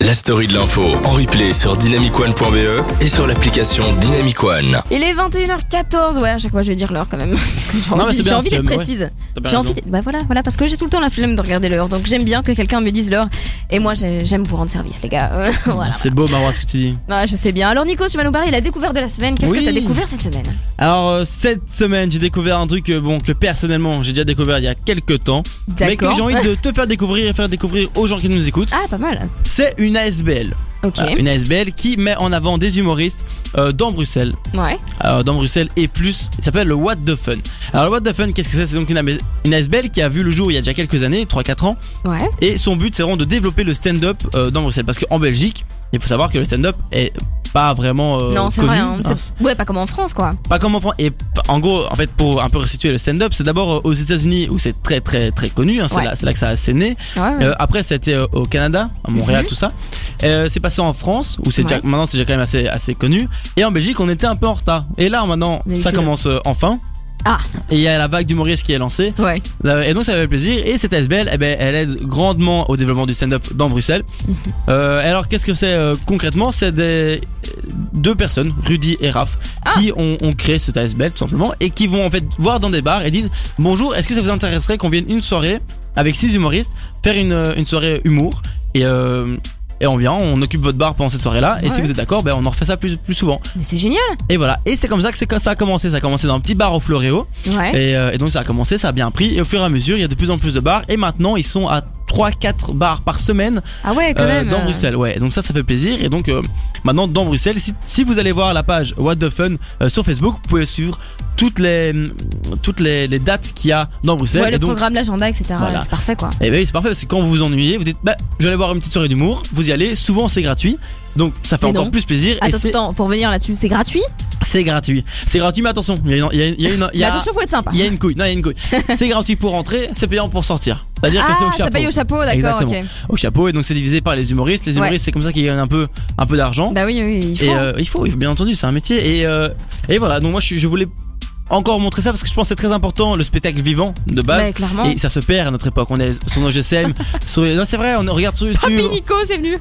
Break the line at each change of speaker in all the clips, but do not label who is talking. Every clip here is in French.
la story de l'info en replay sur dynamicone.be E et sur l'application Dynamicone.
Il est 21h14, ouais, à chaque fois je vais dire l'heure quand même. Parce que j'ai
Non, mais
envie,
c'est
j'ai
bien,
envie
c'est-
d'être
ouais.
précise.
T'as bien
J'ai
raison.
envie d'être- Bah voilà, voilà, parce que j'ai tout le temps la flemme de regarder l'heure, donc j'aime bien que quelqu'un me dise l'heure. Et moi j'ai- j'aime vous rendre service, les gars. Euh, voilà.
C'est beau, Marois, ce que tu dis.
Ouais, je sais bien. Alors Nico, tu vas nous parler de la découverte de la semaine. Qu'est-ce que
Oui.
t'as découvert cette semaine
Alors, euh, cette semaine, j'ai découvert un truc euh, bon, que personnellement, j'ai déjà découvert il y a quelques temps. Mais que j'ai envie de te faire découvrir et faire découvrir aux gens qui nous écoutent.
Ah, pas mal.
C'est une ASBL.
Ok.
Voilà, une ASBL qui met en avant des humoristes euh, dans Bruxelles.
Ouais.
Alors, dans Bruxelles et plus. Il s'appelle le What the Fun. Alors, le What the Fun, qu'est-ce que c'est C'est donc une, AMS une ASBL qui a vu le jour il y a déjà quelques années, 3-4 ans.
Ouais.
Et son but, c'est vraiment de développer le stand-up euh, dans Bruxelles. Parce qu'en Belgique, il faut savoir que le stand-up est pas vraiment euh,
non, c'est
connu,
vrai. hein,
hein.
c'est- Ouais, pas comme en France, quoi.
Pas comme en France. Et p- en gros, en fait, pour un peu restituer le stand-up, c'est d'abord euh, aux États-Unis où c'est très très très connu. hein, c'est
Ouais. Mm.
là, c'est là que ça s'est né.
Ouais, ouais.
Euh, après, c'était euh, au Canada, à Montréal, tout ça. Euh, c'est passé en France où c'est déjà-
Mm-hmm. Ouais.
maintenant c'est déjà quand même assez assez connu. Et en Belgique, on était un peu en retard. Et là, maintenant, ça
D'habitude.
commence euh, enfin.
Ah.
Et il y a la vague d'humoristes qui est lancée.
ouais.
Là, Bah, Et donc ça fait plaisir. Et cette ASBL, eh ben, elle aide grandement au développement du stand-up dans Bruxelles. Euh, alors qu'est-ce que c'est euh, concrètement C'est des euh, deux personnes, Rudy et Raph, qui ont, ont créé cette ASBL tout simplement et qui vont en fait voir dans des bars et disent bonjour, est-ce que ça vous intéresserait qu'on vienne une soirée avec six humoristes faire une, euh, une soirée humour et euh, et on vient, on occupe votre bar pendant cette soirée-là. Et si
Ouais.
vous êtes d'accord, ben on en refait ça plus, plus souvent.
Mais c'est génial.
Et voilà. Et c'est comme ça que c'est- ça a commencé. Ça a commencé dans un petit bar au Floréo.
Ouais.
Et, euh, et donc ça a commencé, ça a bien pris. Et au fur et à mesure, il y a de plus en plus de bars. Et maintenant, ils sont à 3-4 bars par semaine
Ah ouais, quand
euh,
même.
dans
euh,
Bruxelles. Ouais, Et donc ça, ça fait plaisir. Et donc euh, maintenant, dans Bruxelles, si, si vous allez voir la page What the Fun euh, sur Facebook, vous pouvez suivre toutes les, mm, toutes les, les dates qu'il y a dans Bruxelles.
Ouais, le
et donc,
programme, l'agenda, etc.
Voilà.
C'est parfait, quoi.
et ben oui, c'est parfait parce que quand vous vous ennuyez, vous dites bah, je vais aller voir une petite soirée d'humour. Vous y allez, souvent c'est gratuit. Donc ça fait
Mais
encore
non.
plus plaisir. et
Attends,
c'est-
attends, pour venir là-dessus, c'est gratuit.
c'est gratuit. C'est gratuit, mais attention, il y a une. il y a une- il y a une- il y
Mais
a-
Bah, attention, faut être sympa.
Il y a une couille, non, il y a une couille. c'est gratuit pour entrer, c'est payant pour sortir. C'est-à-dire
Ah,
que c'est au
ça
chapeau.
paye au chapeau, d'accord,
Exactement.
ok.
Au chapeau, et donc c'est divisé par les humoristes. Les
Ouais.
humoristes, c'est comme ça qu'ils gagnent un peu, un peu d'argent.
Bah oui, oui, il faut.
et euh, il faut, bien entendu, c'est un métier. Et, euh, et voilà, donc moi je, suis- je voulais encore montrer ça parce que je pense que c'est très important, le spectacle vivant de base.
Bah, clairement.
Et ça se perd à notre époque. On est sur nos GSM. sur les- Non, c'est vrai, on regarde sur YouTube.
Papy Nico, Oh, c'est venu.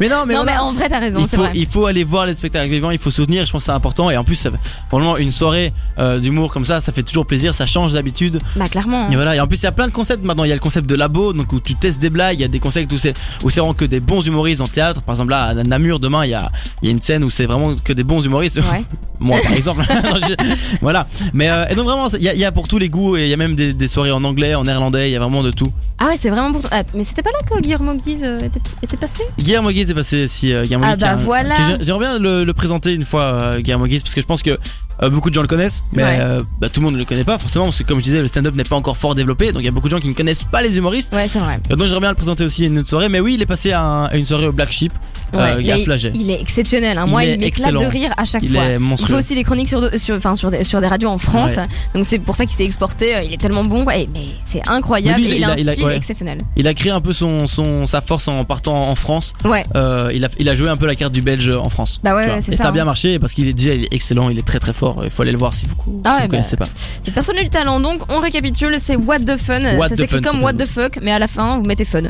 Mais non, mais,
non,
voilà.
mais en vrai, t'as raison,
Il
c'est
faut,
vrai.
il faut aller voir les spectacles vivants, il faut soutenir, je pense que c'est important. Et en plus, ça, vraiment, une soirée euh, d'humour comme ça, ça fait toujours plaisir, ça change d'habitude.
Bah clairement.
Et voilà. Et en plus, il y a plein de concepts maintenant. Il y a le concept de labo, donc où tu testes des blagues. Il y a des concepts où c'est où c'est vraiment que des bons humoristes en théâtre. Par exemple, là, à Namur demain, il y a il y a une scène où c'est vraiment que des bons humoristes.
Ouais.
Moi, par exemple. Non, je- Voilà. Mais euh, et donc vraiment, c'est- il y, a- il y a pour tous les goûts. Et il y a même des, des soirées en anglais, en néerlandais. Il y a vraiment de tout.
Ah ouais, c'est vraiment pour. Ah, mais c'était pas là que Guillermo Guise euh, était, était passé
Guillermo Guise est passé si euh, Guillermo
Ah
Guise,
bah
qui est un-
voilà.
que j'ai- J'aimerais bien le, le présenter une fois euh, Guillermo Guise parce que je pense que euh, beaucoup de gens le connaissent, mais
Ouais.
euh, bah, tout le monde ne le connaît pas forcément parce que comme je disais, le stand-up n'est pas encore fort développé, donc il y a beaucoup de gens qui ne connaissent pas les humoristes.
Ouais, c'est vrai.
Euh, Donc j'aimerais bien le présenter aussi à une autre soirée, mais oui, il est passé à, un- à une soirée au Black Sheep, euh,
Ouais,
Gare
mais
Flaget.
il est exceptionnel. hein.
Il
Moi,
est
il m'éclate
excellent.
de rire à chaque
Il
fois.
est
Il fait
monstrueux.
aussi les chroniques sur, de- sur, enfin, sur, des, sur des radios en France.
Ouais.
Donc c'est pour ça qu'il s'est exporté. euh, Il est tellement bon. quoi. Et- mais c'est incroyable.
Mais lui,
et
il
il,
a-
a un
il a-
style
ouais.
exceptionnel.
Il a créé un peu son, son sa force en partant en France.
Ouais.
Euh, il a il a joué un peu la carte du Belge en France.
Bah ouais,
tu vois.
ouais, c'est
Et
ça,
ça a
hein.
bien marché parce qu'il est déjà il est excellent, il est très très fort. Il faut aller le voir si vous ne
Ah ouais, bah,
connaissez pas.
C'est personne du talent. Donc on récapitule. C'est What the Fun.
What
ça
the
s'écrit
Fun,
comme
tout à
What the Fuck, mais à la fin vous mettez Fun.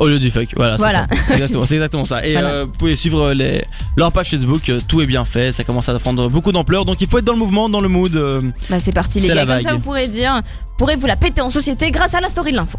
Au lieu du fuck, voilà. c'est
Voilà.
ça. Exactement, C'est exactement, ça. Et
Voilà.
euh, vous pouvez suivre les, leur page Facebook, euh, tout est bien fait, ça commence à prendre beaucoup d'ampleur, donc il faut être dans le mouvement, dans le mood. euh,
Bah c'est parti les
C'est
gars.
la
Comme ça
vague.
vous pourrez dire, vous pourrez vous la péter en société grâce à la story de l'info.